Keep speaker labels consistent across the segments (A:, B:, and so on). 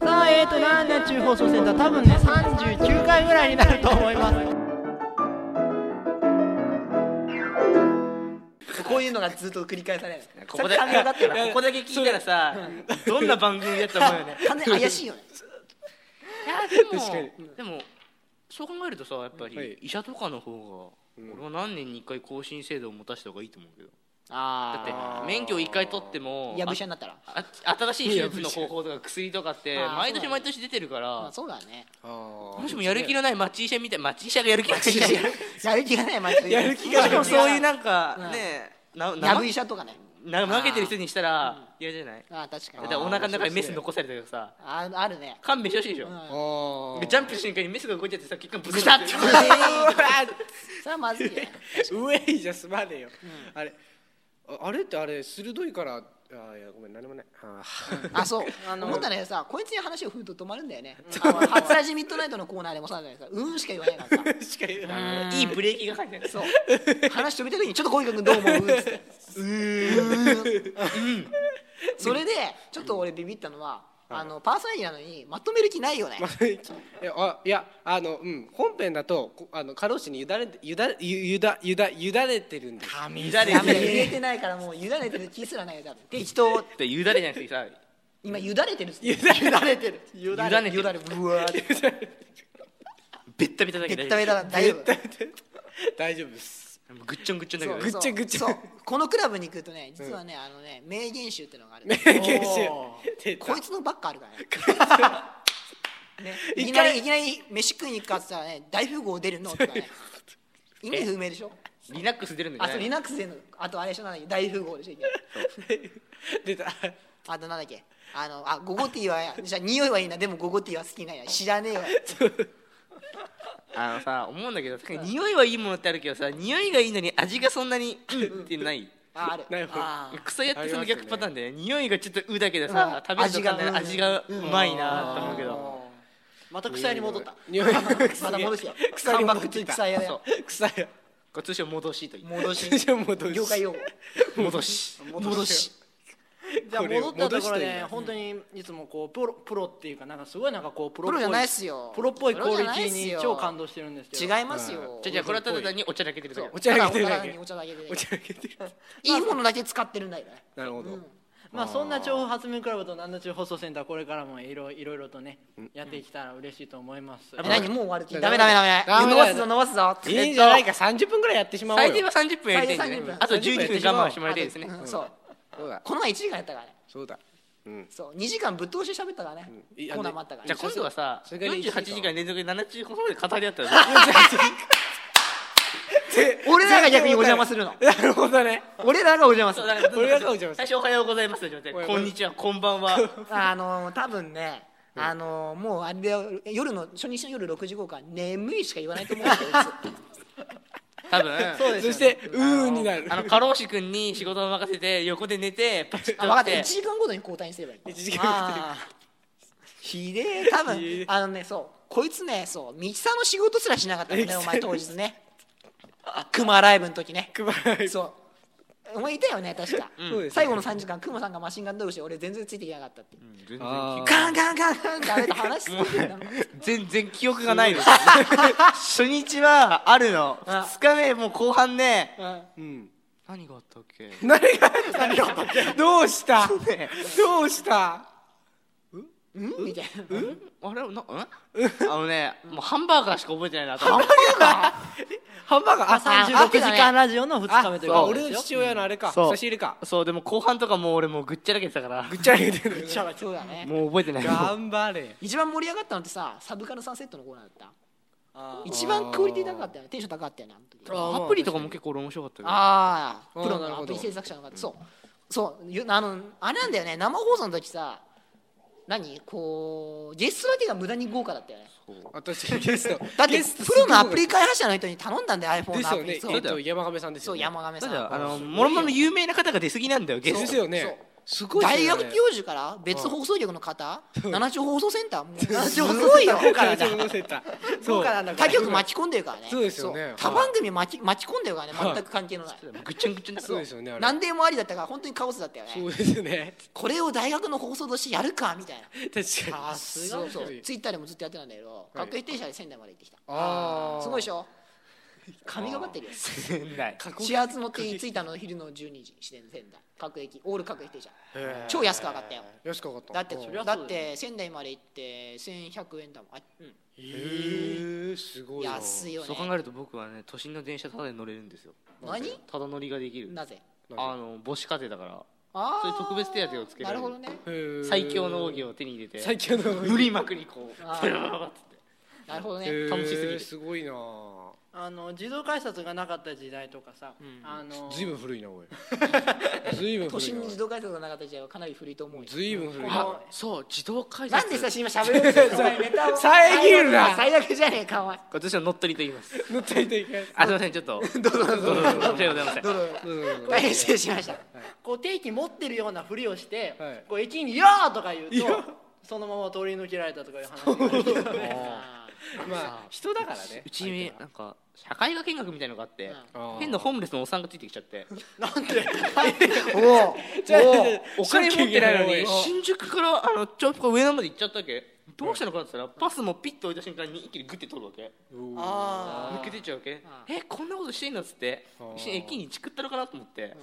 A: ーとなんなんちゅう放送センター多分ね39回ぐらいになると思いますこういうのがずっと繰り返される
B: ここで
A: さっき勘が上がったよ
B: ここだけ聞いたらさどんな番組やったもんやね
A: 完全に怪しいよね
B: いやでも
C: 確かに
B: でもそう考えるとさやっぱ
C: はい
B: り医者とかの方
C: うん
B: が俺は何年に1回更新制度を持たせた方がいいと思うけどだ
A: ああ
B: って免許を1回取っても
A: やぶしゃになったら
B: ああ新しい手術の方法とか薬とかって
A: あー
B: 毎
A: そ
B: 年
A: うだね
B: 毎年出てるか
A: まあ
B: ら
A: そうだね
C: あ
B: もしもやる気のない町医者みたい町医者がやる気がない
A: いややる気がない毎日
C: やる気
B: し
C: が
B: か
C: な
B: もそういう
A: な
B: なんか
A: うん
B: ねなな
A: やぶ医者とかね
B: な負けてる人にしたら嫌じゃない
A: ああ確か
B: だ
A: に
B: ってお腹の中にメス残されたけどさ
A: ああるね
B: 勘弁してほしいでしょ
A: うん
C: あ
B: でジャンプした瞬間にメスが動いちゃってさ結果ブシャッて
A: それはまずいよね
C: 上じゃ済まねえよ、あれああれってあれ鋭いからあいやごめん何もないあー
A: あそう思ったねさこいつに話を振ると止まるんだよねあの初ラジミッドナイトのコーナーでもそうなんだよねさうーんしか言わないからさ
C: しか言えない
B: いいブレーキが入ってる
A: そう 話飛びた時にちょっと小池君どう思うっつってうんそれでちょっと俺ビビったのはあのパーソナリティなのにまとめる気ないよね
C: いやあいやあの、うん、本編だとこあの過労死に委ねて委ねゆゆだゆだ委ねてるんです
B: 神
A: ダメだ
B: っ
A: 揺れてないからもう委ねてる気すらないよ多分適当
B: て委ねじゃなくてさ
A: 今委ねてるっつって委ねてる委
B: 委ねて
A: 委ねるうわーって
B: ベッタベタだけ
A: ベ
B: ど
A: ッタベタだ大丈夫
C: 大丈夫です
B: ぐっちょんぐっちょんだけど
C: ぐっちゃぐっちゃ
A: そうこのクラブに行くとね実はね、あのね名言集ってのがある名
C: 研修出た
A: こいつのばっかあるからねねい
C: 一
A: きな
C: 回
A: りいきなり飯食いに行くかっつったらね大富豪出るのとかね意味不明でしょ
B: リナックス出るんだ
A: あ
B: け
A: と
B: ど
A: リナックスでのあとあれでしょなんだっけ大富豪でしょいきなり
C: 出た
A: あとなんだっけあのあゴゴティーはじゃあ匂いはいいなでもゴゴティーは好きなんや知らねえわ
B: あのさ思うんだけど確かに匂いはいいものってあるけどさ匂いがいいのに味がそんなにうんってない
A: あある
C: なるほど
A: あー
B: クソやってそ
C: あ
B: の
C: りますね
B: 逆パターンで匂いがちょっとうだけどさ
A: うん
B: 食べるとか
A: 味
B: ね味
A: が
B: が
A: う
B: うんまいなと思うけど
A: また草屋に戻った
C: 匂いが
A: また戻してよ
C: 草に戻ってき
A: バック
C: た
A: トゥ草屋だよ
C: 臭い
B: これ通称戻しと言っ
A: 戻し
C: じゃあ戻し
A: 業界用語
B: 戻し
A: 戻し
D: じゃあ
C: これ
D: 戻ったところ
C: 戻してん
D: で
C: だ
D: 本当にいつもこうプロプロっていうかなんかすごいなんかこうプロ
A: プ
D: っぽ
A: ロ
D: い
A: じゃないっすよ
D: プロっぽいクオリティ
A: プロじゃないっ
D: に
A: すよ
D: 超感動してるんですけど
A: 違いますよ
B: じゃあじゃあこれはただ単にお茶だけ出るだけ
C: お茶あげてる
A: た
C: だ
A: だ
C: け
A: にお茶だけで
C: お茶あげてる
A: いいものだけ使ってるんだよね
C: なるほど
D: まあそんな超発明クラブと何の中放送センターこれからもいろいろいろとねやっていけたら嬉しいと思います
A: え何もう終わる気
C: ダ
A: ダメ
C: メ
A: ダ
C: だ
A: メ
C: よ
A: ダメ
C: ダ
A: 伸ばす
C: メだよ
A: ぞ伸ばすぞ
C: いいんじゃない
A: か
C: か30分ぐらいやってしまおうよ
B: 最低は30分やりたいんだよ
A: 最低30
B: ね
A: 分
B: あと12分我慢してもらいたいですね
A: そう
C: そうだ
A: この前1時間やったからね
C: そうだ うん
A: そう2時間ぶっ通して喋ったからね
C: うんいや
A: コーナーもあったから
B: じゃあ今度はさ
C: それから一時間
B: 48時間連続で7中放送で語り合ったら
A: 俺らが逆にお邪魔す るの
C: なるほどね
A: 俺らがお邪魔す
B: そう
A: る
B: だから
C: 俺がそうじゃん
B: 最初おはようございますって言われてこんにちはこんばんは
A: あのー多分ねあのーもうあれで夜の初日の夜6時後から眠いしか言わないと思うんですけど
B: 多分
C: そしてうーになる
B: あの過労死君に仕事を任せて横で寝てパチッと
A: あ分か
B: 起
A: っ
B: き
A: た
B: て
A: 1時間ごとに交代にすればいい
C: 一時間
A: ああひでえ多 分
C: ひでえ
A: あのねそうこいつねそうミキサーの仕事すらしなかったの
C: ミ
A: ね
C: キサ
A: お
C: ー
A: 前当日ねクマライブの時ね
C: 配る
A: そうお前いたよね確か、
C: そうですね
A: 最後の3時間クマさんがマシンガンドールして俺全然ついていけなかったって、
B: うん全然
C: あー
A: ガンガンガンガンってあれと話しすぎてたの
B: 全然記憶がないです初日はあるの
A: あ
B: 2日目もう後半ね
A: うん
C: うん
B: 何があったっけ
C: 何がどうしたどうした
A: うんみたいな
B: あれなうんあのねもうハンバーガーしか覚えてないなと思って
C: ハンバーガー
D: あ
A: あ
D: 36時
A: あ
D: 間ラジオの2日目という
C: あ
D: こと
C: 俺
D: で
C: の
D: す
C: 父親のあれか
B: そう
C: 差し入れか
B: そうでも後半とかもう俺もうぐっちゃらけてたから
C: ぐっちゃり出てる
A: そうだね
B: もう覚えてない
C: 頑張れ
A: 一番盛り上がったのってさサブカルサンセットのコーナーだった
D: よ
A: 一番クオリティ高かったよねテンション高かったよねあの時
B: アプリとかも結構俺面白かったけど
A: ああ
C: うん
A: プロ
C: なる
A: の
C: ほ
A: ア
C: ど
A: プリ制作者の方、そうそうゆあのあれなんだよね生放送の時さ何こうゲストだけが無駄に豪華だったよね
C: 私ゲスト
A: だって
C: ゲスト
A: プロのアプリ開発者の人に頼んだんだよ iPhone の
C: です
A: アプ
C: よ
A: リ
C: ね
A: そ
C: えっ
A: う
C: と山上さんです
A: そ
C: よ
A: う
C: ね
A: 山亀さ
B: た
A: ん
B: だあのもろもろ有名な方が出過ぎなんだよゲ
C: で
B: ス
C: す
B: ト
C: よねすごいです
A: 大
C: ね
A: 学教授から別放送局の方、七中放送センター、もう七
C: す
A: 中放送センター、すごいよ。
C: から乗せた
D: そ
C: そう
D: かな
C: うん
D: だか
A: 他
D: ら
A: 局巻き込んでるからね。
C: そうですよね
A: そう他番組巻き巻き込んでるからね、全く関係のない。
B: ぐちゃぐちゃにな
C: そう ですよねあれ
A: 何でもありだったから、本当にカオスだったよ
C: そ
A: ね。
C: うですね
A: これを大学の放送としてやるかみたい な。
C: 確
A: さ
C: かに
A: すがそう
C: すごい
A: ツイッターでもずっとやってたんだけど、
C: い
A: 学級否定者で仙台まで行ってきた。
C: あー
A: すごいでしょ神がかってるよ。
B: ない
A: 始発乗って着いたの昼の12時、自然仙台。各駅、オール各駅停車。
C: へー
A: 超安く上がったよ。
C: 安く上がった
A: だって、
C: うん
D: りゃ
A: だ
D: そうだよ
A: って仙台まで行って1100円だもん。あうん
C: へーすごいな
A: 安いよ
B: そう考
A: ね。
B: えると僕はね都心の電車ただで乗れるんですよ
A: 何
B: ただ乗りができる
A: なぜ
B: あの母子家庭だから
A: あ
B: そ
A: ー
B: れ特別手当をつけら
A: な
B: れ
A: る
B: る
A: ほどね。
C: へー
B: 最強の奥義を手に入れて
C: 最強の
B: 塗りまくりこう
A: あー
B: ブラブラブラって
A: なるほどね。
C: へー
B: 楽しすぎる
C: すごいな
D: あの自動改札がなかった時代とかさ、あの
C: ずいぶん古い なおい
A: 都心に
C: ずいぶん古いなお
A: 自動改札がなかった時代はかなり古いと思うよ。
C: ずいぶん古い
D: あ
C: な
D: の
B: そう自動改札
A: なんでさ、今喋ろうとしてるのお前ネタを
C: 遮るな
A: 最悪じゃねえか、お前。
B: 私は乗っ取りと言います
C: 乗っていたいけない
B: あすいませんちょっとどうぞどうぞどうぞ申し訳ございません
A: どうぞ
C: どうぞどうぞ
A: 大変失礼しました。
D: こう定期持ってるようなふりをして、
C: はい
D: こう駅員に「よー!」とか言う
C: いや
D: とそのまま通り抜けられたとかいう話があるけど ね
C: まあ人だからね
B: うちになんか社会科見学みたいのがあって
C: うん
B: 変なホームレスのおっさんがついてきちゃって
D: なんで
A: おお。
C: じゃあじゃあじゃあ
B: お金持ってないのに
C: し
B: 新宿からあのちょっと上野まで行っちゃったわけどうしたのかって言ったらパスもピッと置いた瞬間に一気にグッて取るわけ
D: あ
B: 抜けてっちゃうわけえこんなことしていいんだっつって
C: あー
B: 一緒に駅にチクったのかなと思って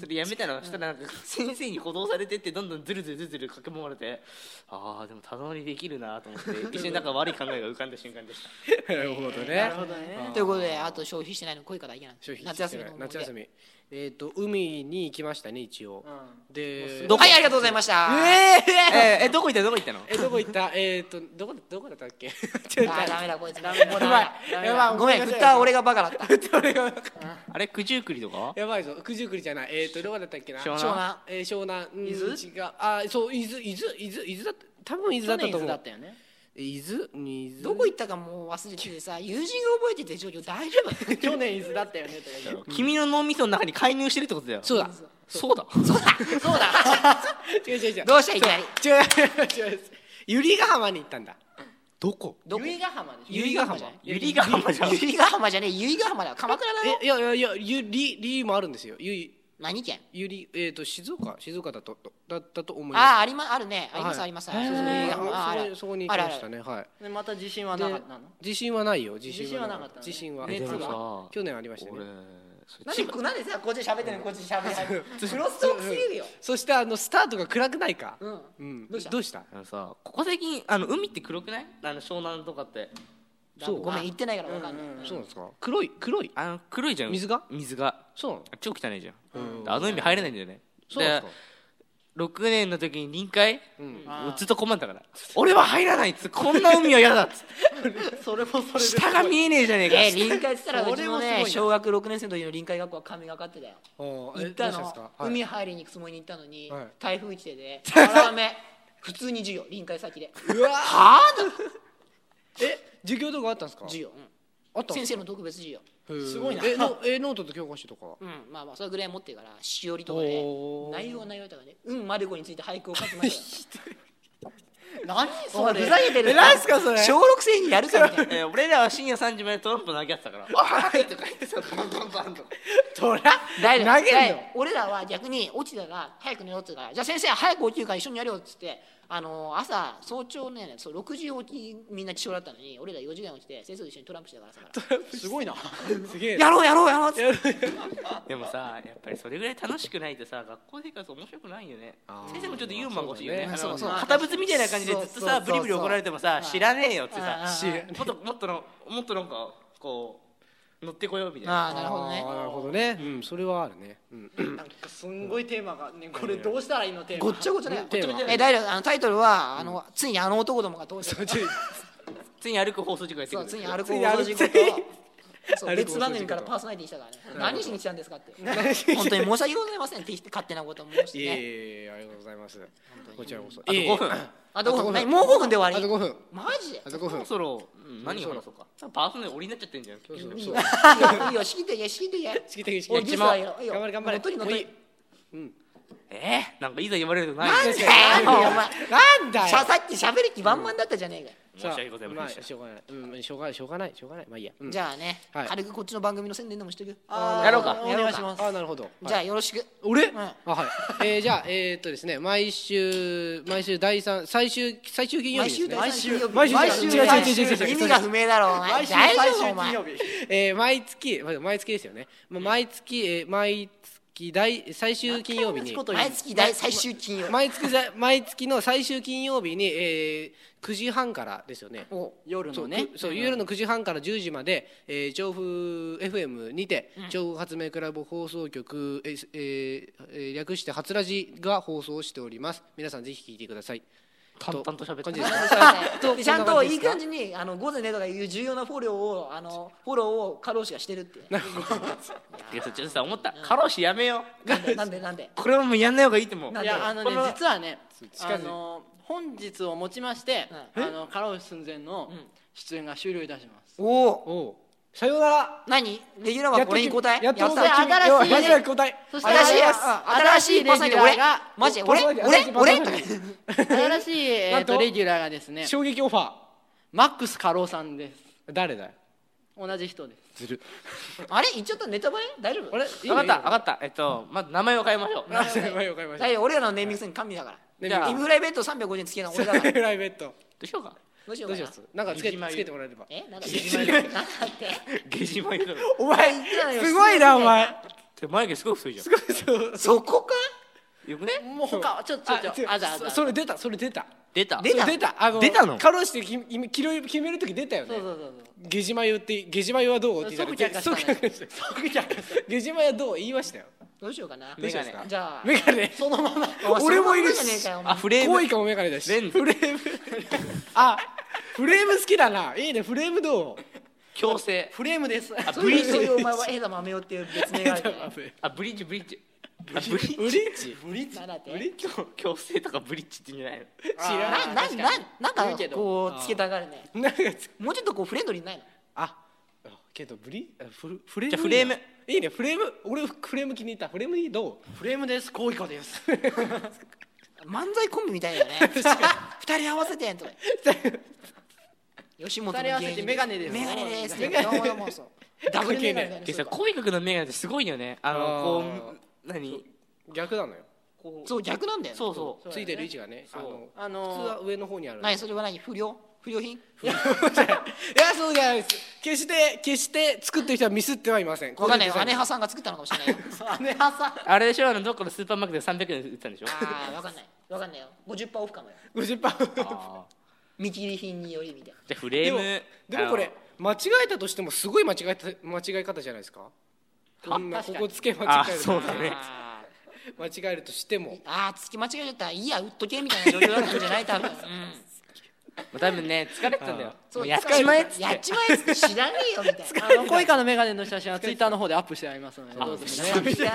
B: それやめたらしたらなんか先生に補導されてってどんどんズルズルズルズルかけ回られてああでもただ乗りできるなと思って 一瞬なんか悪い考えが浮かんだ瞬間でした
C: なるほど
D: ーな
C: ね
D: るほどね
A: ということで、あと消費してないの濃いからいけない。
C: 消費
A: 夏休みの思い出
C: 夏休みえっと海に行きましたね一応
D: うん
C: で
B: どこ
A: はい、ありがとうございました。
B: ええどこ行ったどこ行ったの
C: えどこ行ったえっとどこどこだったっけ ちょっと
A: あーダメだこいつ
D: ダ
A: ダメ
D: メ
A: もう
D: もう
A: ダ
D: ダメダ
A: メだ
D: メだ
A: やばいごめん振った俺がバカだった
B: あれ九十九里とか
C: やばいぞ九十九里じゃないえっとどこだったっけな
B: 湘南
A: 湘南
C: えー湘南うん
D: 伊豆
C: 違うあーそう伊豆伊豆伊豆伊豆だった多分伊豆だ
D: 去年
C: った
D: 伊豆
C: と思
D: だ
C: う
D: ったよね
C: 伊豆に伊豆
A: どこ行ったかもう忘れてて さ友人が覚えてて状況大丈夫
D: 去年伊豆だったよねとか言う
B: 君の脳みその中に介入してるってことだよ
C: そうだ
B: そうだそうだ
A: そうだ
C: 違う違う違う
A: どうしたいきなり
C: 違う違う違う百合ヶ浜に行ったんだ
B: どこ
A: どこ
D: 由比ヶ浜でしょ
A: 由比ヶ浜じゃない
B: 百合ヶ浜じゃん
A: 由比ヶ浜じゃねえ由比ヶ浜だ鎌倉だろ
C: えいやいやいやゆりりもあるんですよゆい
A: 何県
C: ゆりえっ、と静岡静岡だとだったと思います
A: ああありまあるねあります
C: はい
A: あります
C: へ
A: あります
C: ー
A: 由比ヶ
C: そこ
A: 浜あるある
C: そこに
A: あ
C: 行き
A: る
C: ま
A: あ
C: した
A: る
C: ねはい
D: でまた地震は
C: で
D: なかったの
C: 自信はないよ自
D: 信はなかったね
C: 自信は
D: え
B: で
C: 熱
B: も
C: は
B: さ
C: 去年ありました
B: 俺
C: ね
B: それ
A: なんでこなんでさこっちで喋ってんのにこっちで喋らないクロストークすぎるよ
C: そしてあのスタートが暗くないか
A: うん
C: うん
A: どうした
C: どうした
B: あのさここ最近あの海って黒くないあの湘南とかって
C: そう
A: ごめん言ってないからわかんない
D: うんうん
C: そうなんですか黒い黒い
B: あの黒いじゃん
C: 水が
B: 水が
C: そうなの
B: 超汚いじゃん、
C: うん
B: あの海入れないんだよね
C: そうなんですか
B: で6年の時に臨海、
C: ん
B: もうずっと困ったから俺は入らないっつってこんな海は嫌だっつって
D: それもそれで
B: 下が見えねえじゃねえか
A: えー臨海っつったらう
D: そ
A: ち
D: れ
A: の
D: もすごい
A: ね
D: な
A: 小学6年生の時の臨海学校は神がかってたよ
C: あーえ
A: 行った
C: どうしんで
A: の
C: すかはい
A: 海入りに行くつもりに行ったのに
C: はい
A: 台風来て でダメ普通に授業臨海先で
C: うわはあえ授業とかあったんですか
A: 授業うん
C: あったんで
A: 先
C: す
A: 生
C: か
A: の特別授業
C: へー
D: すごいな
C: えのえノートと教科書とかは
A: うんまあまあそれぐらい持ってるからしおりとかね
C: おー
A: 内容は内容とかねうんまる子について俳句を書きました よ何そ
D: おい
A: れふざけてる
C: え何すかそれ
A: 小6生にやるか みたいな
B: えー俺らは深夜3時までトランプ投げ合ってたから「はい!」とか言ってさバンバンバンとか
C: トラ
A: 大丈夫大
C: 投げる
A: 丈夫俺らは逆に落ちたら早く寝ろっつうからじゃあ先生早く起きるから一緒にやるよっつってあのー朝早朝ねそう6時起きみんな起床だったのに俺ら4時ぐらい起きて先生と一緒にトランプしてたから朝から
D: すごいな
C: の すげえ
A: やろうやろうやろうっつって
B: でもさやっぱりそれぐらい楽しくないとさ学校生活面白くないよね
C: あー
B: 先生もちょっとユーモアが欲しいよ
C: そう
B: ねあ
C: だね
B: の
A: そうそう
B: 堅物みたいな感じでずっ
A: そ
B: と
A: うそうそう
B: さブリブリ怒られてもさ知らねえよって
A: ああ
B: さ
A: あ
C: 知ら
B: もっともっとのもっとなんかこう乗ってこようみたいな
A: ああなるほどね
C: あーなるほどねうんそれはあるねうん
D: なんかすんごいテーマがねこれどうしたらいいのテーマ
A: ごっちゃごちゃね
C: テーマ
A: え大丈夫あのタイトルはあの、ついにあの男どもが登場
B: ついに歩く放送事故やって
A: そ
B: く
A: う
B: る
A: ついに
B: あ
A: 歩く放送事故とそう
C: 歩く放送事故
A: 別番組からパーソナリティしたからね何しに来たんですかって本当に申し訳ございませんって勝手なこと申して
C: いえい
A: ね
C: えいえありがとうございます
A: 当に
C: こちらこそあ
B: と5分
A: あと5分何もう5分で終
C: あ
A: わ
C: と
A: り
C: 5分
A: マジで
C: あと5
B: そろ
C: 分
B: そろうん何を話そうかパーソナリティ俺になっちゃってんじゃん
C: そうそう
A: いい
C: そう
A: よいいよ仕切ってけ仕切ってけ
C: 仕切ってけ仕切
A: おい
C: って
A: ジュース
C: もう
A: あげよういいよ
C: 頑張れ頑張れ
A: 乗っ取り乗っ
C: もう
A: 取
C: い
A: り
C: いうん
B: えー、なんかいざ言われるとない
A: なん
B: で
A: で
B: す
A: よお前
C: なんだよ
A: ささっき喋り気満々だったじゃねえかよ、
B: 申し訳ございませんで
C: あ
B: し
C: しょうがない、うん、しょうがないしょうがないしょうがないまあいいや、うん
A: じゃあね、
C: はい
A: 軽くこっちの番組の宣伝でもしてく
D: あー
B: やろうか
D: お願いします
C: あなるほど、はい
A: じゃあよろしく、
C: 俺、
A: ん
C: あはい、えー、じゃあえー、っとですね毎週毎週第三最終最終金曜
A: 毎
C: 日です
A: 週
C: ね
A: 第3金曜日
C: 毎週
A: 毎週
C: 違う
A: 第
C: 違う違う違う違う
A: 三意味が不明だろお前
D: 毎週
A: 大
D: 最
A: 丈
D: 終
A: 夫お前
D: 金曜日
C: えー、毎月まあ毎月ですよね、まあ、毎月、えー、毎月第最終金曜日に
D: こと言う
A: 毎月第最終金曜日
C: 毎月ざ毎月の最終金曜日に、えー、9時半からですよね
A: お
D: 夜
C: そ
D: の
C: う,く、
D: ね
C: そう夜の9時半から10時まで、えー、調布 FM にて、調布発明クラブ放送局、えーえーえー略して「はつらじ」が放送しております皆さんぜひ聞いてください
B: た淡々と喋って
C: 感じ
B: る
C: ですねと
A: でちゃん
C: こな
A: と
C: じ
A: いい
C: ですか
A: 感じにあの午前0とかいう重要なフォローをあのフォローを過労死がしてるって
B: いやそっちょっとさ思ったカロシやめよう
A: なんでなんでなんで
B: これはもうやんない方がいいと思う
A: ないんで
D: やあのね
B: この
D: 実はね
C: 近づ
D: あ
C: いて
D: の本日をもちましてあのカラオケ寸前の出演が終了いたします
A: おお
C: おうさようなら
A: 何レギュラーはこれに交代
C: やっと
A: っ
C: 君
D: 新しい
C: やっと交代
D: そして
A: 新しい
D: あ
A: 新しいパーソナリティ俺マジ俺俺俺とか
D: 新しいえー
C: なん
D: と
C: と
D: レギュラーがですね
C: 衝撃オファ
D: マックスカロさんです
C: ー誰だよ
D: 同じ人です
C: ずる
A: あれ言っちゃったネタバレ大丈夫
C: あれ
B: 分かった分かったえっとまず名前を変えましょう
C: あすいませ んわかりました
A: 大丈夫俺らのネーミングに神だから
C: ネ
B: じゃあ
A: インフライベット350円つけるの俺だから
C: プライベート
B: どうしようか
A: どうしよ
C: どう
A: う
C: し
A: か
C: ま
A: な
C: すなんかつけ
B: 飯島
C: つけてもらえれば
A: えなんだっけなんだって
B: ゲジ眉だろ
C: お前
A: 言ってたのよ
C: すごいなお前
B: て眉毛すごく太いじゃ
C: すごいそう
A: そこか
B: んよくね
D: もう他はちょっとちょっとあざあざ
C: そそれ出たそれ出た
B: 出た
A: 出た
C: それ出たあの
B: 出たの
C: 過労してき今決め決める時出たよね
D: そうそうそうそう
C: ゲジマユってゲジマユはどうって言ったら
D: 即却下したね
C: 即却下したゲジマユはどう 言いましたよ
A: どうしようかな
B: メガ
C: どうしますか
B: ネ
A: じゃあ
C: メガネ
D: そのまま
A: お前
C: 俺もいる
A: そん
C: し
A: なもんじゃねえかよお前
B: あフレー
C: 怖
B: ム
C: いかもメガネだし
B: レンズ
C: フレームあフレーム好きだないいねフレームどう
B: 矯正
D: フレームです
B: あ
A: そう
B: ブリ
A: い
B: ッ
A: うそうい
B: ジ
A: うお前は枝豆よっていう別名があるね
B: あブリッジブリッジあブリッジ
C: ブリッジ
D: ブリッジ
A: なんだって
B: 矯正とかブリッジって言うんじゃないの
C: 知ら
A: なななな
D: 言
A: ん
D: う
A: か
D: けど
A: こうつけたがるね
C: なんかつ
A: もうちょっとこうフレンドリーにないの
C: ああけどブリあフルフレーム
B: じゃあフレーム
C: いいないいねフレーム俺フレーム気に入ったフレームいいど
D: フレームですコウイカです
A: 漫才コンビみたいだよね二人合わせてんとか吉本の
D: 二
A: 芸人
D: 人合わせてメガネです
A: メガネです
D: メ
A: どうもどうもそうダブルメガネ
B: でさコイ角のメガネってすごいよねあのこ
C: あ
B: う何
C: う逆なのよ
B: こう
A: そう逆なんだよね
B: そうそ
D: そうだ
B: う
D: ね
C: ついてる位置がねあの
D: あ
C: 普通は
D: の
C: 上の方にある
A: 何それは何不良不良品
C: いやそうじゃないです決して決して作ってる人はミスってはいません
A: わかんないよ
C: ここで
A: 姉
C: デザイン
A: はさんが作ったのかもしれ ないよ
D: 姉はさん
B: あれでしょあのどっかのスーパーマーケットで300円で売ってたんでしょ
A: ああわかんないわかんないよ50%オフかもよ
C: 50パー
B: あー
A: 見切り品によりみたいな
B: じゃあフレ
C: で
B: ー
C: も
B: ム
C: でもこれ間違えたとしてもすごい間違えた間違え方じゃないですかこんな
D: 確
C: こ
D: か
C: こ
D: に
C: つけ間違
B: あ
C: える
B: そうだね
A: あ
C: 間違えるとしても
A: ーあーつき間違えちゃったいいや売っとけみたいな状況だったんじゃない 多分、うん、
B: まあ多分ね疲れてたんだよ
A: そ
B: も
A: う
B: うやっちまえっつって
A: やっちまえっつって知らねえよみたいな
D: あのコイカのメガネの写真はツイッターの方でアップしてありますのでどうぞ見てね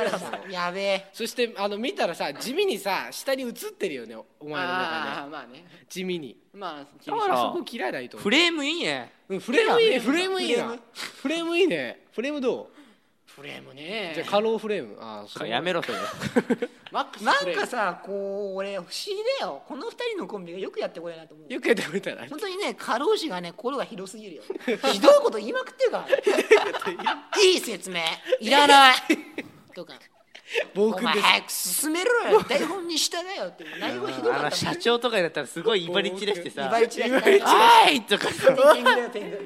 A: やべえ
C: そしてあの見たらさ地味にさ下に映ってるよねお前の中
D: あ
C: ね
D: あまあね
C: 地味に
D: まあ気
B: だ
D: に
B: か
D: し
B: ら
C: あそこ嫌いないと思
B: フレームいいね
C: ううんフレームいいねフレームいいなフレームいいねフレームど
D: フレーム
C: うじゃ
D: ね
C: あ過労フレームあーそう
B: やめろそれ
D: マックス
A: な
D: フレ
A: ん
D: ーム
A: かさこう俺不思議だよこの二人のコンビがよくやってこれなと思う
C: よくやってくれたな
A: 本当にね過労死がね心が広すぎるよ ひどいこと言いまくってるからね いい説明いら ないとかお
C: 暴君
A: 前
C: です
A: 早く進めろよ台本に従えよって内容ひど
B: あ
A: かっ
B: の
A: たも
B: 社
A: ん
B: 長とかになったらすごい威張り散らし て
A: 威
B: さ
A: 張り散らして
B: 「はーい!」とか
A: 天
B: さ
A: 狗だよ天狗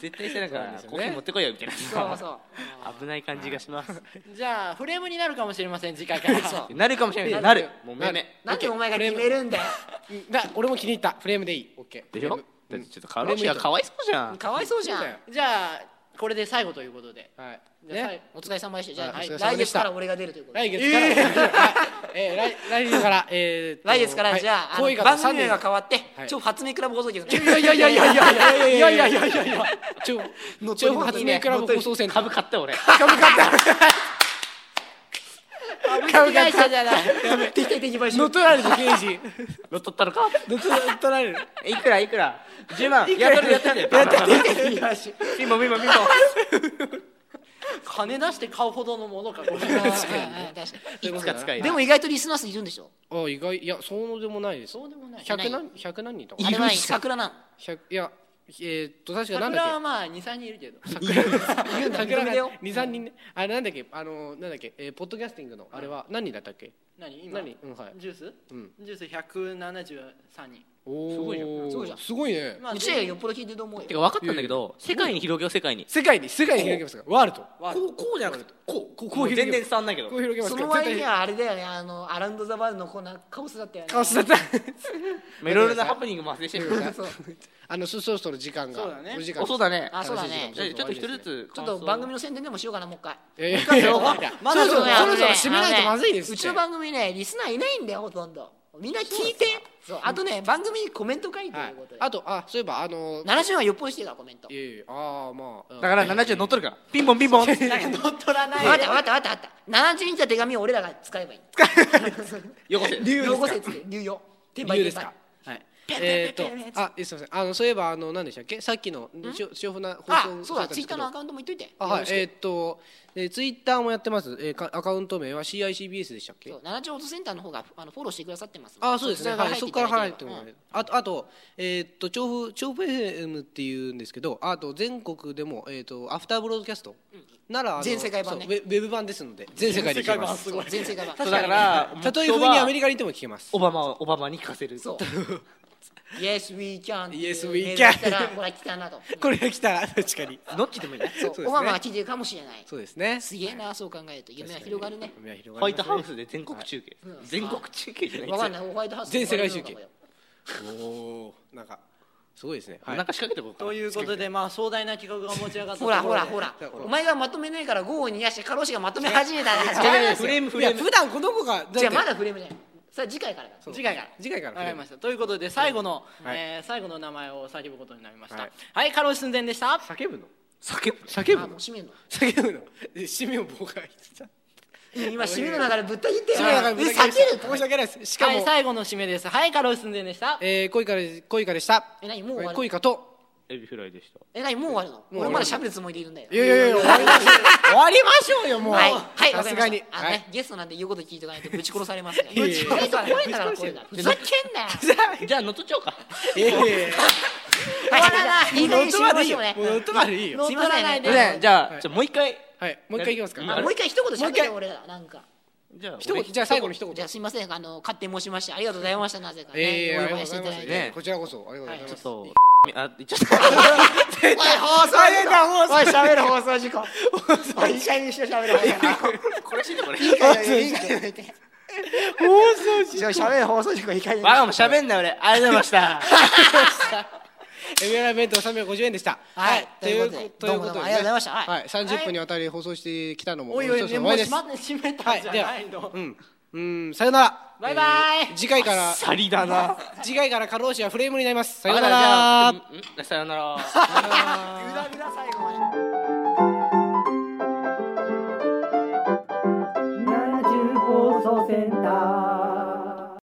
B: 絶対してなん
C: そうなん
B: か
C: ですよ
B: コ
C: ね
B: ーヒー持ってこいよみたいな
A: そうそう
B: 危ない感じがします
D: じゃあフレームになるかもしれません次回 から
A: そう
B: なるかもしれない
C: な
B: な
C: る
B: るもうめめ
A: なんでお前が決めるんだよ
C: だ俺も気に入ったフレームでいいオッケー
B: でしょ
C: フ
B: だ
C: レーム
B: ってちょっとカロシはかわいそうじゃん
A: かわいそうじゃん
C: そうだよ
D: じゃあこれで最後ということで
C: はい
D: じゃあ
C: ね
D: 最
A: お疲れ様でしたじゃあ、
C: はいお疲れ様
A: 来
C: で
A: 月
C: した
A: から俺が出るということで
C: 来月から、はいえー来来月から、えーっ と
A: 来月からじゃあ,、
C: はい、
A: あの番組名が
C: わ
A: 変わって、
C: はい
A: 超発明クラブ放送局
C: いやいやいやいやいやいやいやいやいやいや いやちょ
A: 乗っ
C: ち
A: 取
C: ょ
A: りに
C: 発明クラブ放送センター
B: 株買った俺
D: 株式会社じゃ ない
A: 敵対敵買収
C: 乗っ取られる刑事
B: 乗っ取ったのか
C: 乗っ取乗っ取られる
B: いくらいくら10万やっとるやっとるやっとる
A: 敵対買収
B: ピンポンピンポンピンポン
D: 金出して買うほどのものかこ れ
A: うんうん
D: は
A: うん確か
B: いつか使 え
A: に
B: る
A: でも意外とリスナー数いるんでしょ
C: あ意外いやそうでもないです
D: そうでもない
A: いない
C: 100何 ,100 何人とか
A: あれはい
B: るっしょ
A: 桜なん
C: 100いやえーっと確かなん
D: 桜
C: だ
D: はまあ23人いるけど
C: っけ
A: 認めてよ
C: 23人ねあれなんだっけあのなんだっけ、えーポッドキャスティングのあれは何人だったっけ
D: 何今
C: 何うんはい
D: ジュース
C: うん
D: ジュース173人
C: おー
B: すごいじゃ
A: すごいじゃん
C: すごいね
D: まあ
A: うちらよりよっぽど聞いてると思う
B: てか
A: よ
B: 分かったんだけど世界に広げよう世界に
C: 世界に世界に広げますからワールド
B: こうこうじゃなくてこうこう
C: こう広げよ
B: 全
C: う
B: 然伝わんないけど
C: こう広げます
A: そ
C: から
A: の割
C: 絶
A: に
C: 対
A: はあれだよねあのアラウンド・ザ・ワールドのコーナーカオスだったよね
C: カオスだった
B: まあいろいろなハプニングも発生してる
A: そう
C: あのそそろそろ時間が
D: そうだね
C: お時間
B: おそうだね
A: あそうだね
B: じゃあちょっと一人ずつ
A: ちょっと番組の宣伝でもしようかなもう一回
C: えーいやいや
A: ま
C: そ
A: だ
C: ろそろ
A: ね
C: そろそろ
A: あのね
C: 締めないとまずいで
A: あのね
C: すっ
A: う
C: て
A: ちの番組ねリスナーいないんだよほとんどみんな聞いてそうあとね番組にコメント書いてと
C: は
A: い
C: いう
A: ことで
C: あとあそういえばあの
A: 70はよっぽどしてたコメント
C: いやいやああまあ
B: だから70乗っとるからピンポンピンポン
D: 乗っ取らない
A: 分かった分かった分かった分かった70日の手紙を俺らが使えばいい
B: よこせ
C: 理由
A: 用語説で流用転
C: 理
A: 売
C: 由です
A: 転売
C: かはいえーっとあえすみませんあのそういえばあの何でしたっけさっきのしょ塩船放送
A: あそうだ
C: された
A: ツ
C: んで
A: イッ
C: すけ
A: ター
C: ど
A: のアカウントも言っといて
C: あはいえ
A: よ
C: ーっとえーツイッターもやってますえーかアカウント名は CICBS でしたっけ
A: ろしくそう7丁音センターの方があのフォローしてくださってますの
C: あそうですね、はい、そこから入ってもらえ
A: うん
C: る、あとあと,、えーっと調布調布 FM っていうんですけどあと全国でも、えーっとアフターブロードキャストなら、あの
A: 全世界版ね
C: そうウェウェブ版ですので全世界で聞けます
A: そう全世界版
B: そうだから
C: たとえ不意にアメリカに行っても聞けます
B: オバマをオバマに聞かせる
A: そう Yes we can
C: Yes, we
A: メールが来たらほら来たなと
C: これが来た 確かに
B: どっちでもいいね
A: そう
C: そうですね
A: オバマが聞いてるかもしれない
C: そうですね
A: すげえなそう考えると夢は広がるね
C: 夢は広
B: ホ
C: が
B: ワ
C: り
B: イト
C: ます
B: ハウスで全国中継
A: うん
B: 全国中継じゃない
A: わかんないホワイトハウス
C: 全世界中継
A: ホワイトハウスの
C: おーなんかすごいですね、はい
B: なんか仕掛けてこうか
D: ということでまあ壮大な企画が持ち上がったとこ
A: ほ
D: ろ
A: ら
D: で
A: ほらほらお前がまとめないから午後にやしてカロシがまとめ始めたら
B: フレームフ
C: い
B: レ
C: や
B: ーム
C: 普段この子が
A: じゃあま
C: だ
A: だフレームじゃないそれ次回からだ
C: そう
A: 次回から
C: 次回から
D: わかりましたということで最後の、
C: はい
D: えー最後の名前を叫ぶことになりました
C: は
D: はいい、過労死寸前でした
C: 叫ぶの
B: 叫ぶ
C: 叫
A: あ
C: ぶ
A: もう
C: の
A: 閉めるの
C: 叫ぶのえ締めを妨害した
A: 今締めの中でぶった切って
C: 締めだから
A: え
C: 申し
A: 避
C: 訳
A: ける
C: ないですしか
D: はい
C: も
D: 最後の締めですはい過労死寸前でした
C: えー、恋から恋からでした。
A: え何もう終わる
C: 恋かと。
B: エビフライでした
A: え何もう終わるの
C: う終わ
A: 俺
C: る
A: まだ喋るつもりでいるんだよ
C: いやいやいや終わりましょう。終わりましょうよもう。
A: はいはい
C: さすがに
A: わ。かりましたあ
C: は
A: の
C: い
A: ね。ゲストなんで言うこと聞いておかないとぶち殺されますから
C: やいや
A: 声から声から声がふざけんなよ
B: じゃあ乗っとっちゃおうか
C: いやいやいや。
A: 終わらないいい加減に
C: 音
A: しま
C: までいい
A: しょ
C: よ
A: うね。
C: もう音までいいよ。
A: すいませんね
D: 乗っ取らない
B: ねじゃあじゃあもう一回
C: はい。もう一回いきますか。
B: うん
A: あ
C: あ
A: もう一回一言しゃべ
C: もう一
A: る
C: 回
A: 俺らなんか
B: じゃあ
C: 一言じゃあ最後の一言
A: じ。ゃあすいませんあの勝手に申しましてありがとうございましたなぜか
C: え
A: ね
C: え
A: お
C: ありが
A: 祝
C: と
A: いうして
C: ござ
A: いただいて
C: います。
B: ね
C: こちらこそありがとうござい
B: ちょ
C: ま
B: っ
C: す。
B: とあ言っちゃった
A: おい放送
C: 大変だ放送
A: おい喋る放送事故おいいい加減にしろ喋る放送事
B: これ死んでこれ
A: 故いい加減にして
C: 放送
A: じゃあ喋る放送事故いい加減に
B: バカも喋んな俺 ありがとうございました
C: エビフライ弁当三百五十円でした。
A: はいということでどうもどうもありがとうございましたは
C: はいいね。三十分にわたり放送してきたのも
D: おいおい
C: そろそ
D: ね
C: ろ
D: も
C: 終わ
D: う
C: りです
D: 閉ま。って閉めたんじゃないの、
C: うんうんさよなら。
D: バイバイ
C: えー次回から
B: サリだな
C: 次回から過労死はフレームになります。さ
B: さ
C: よなら。
B: さよなら
A: ぐだぐだ最後まで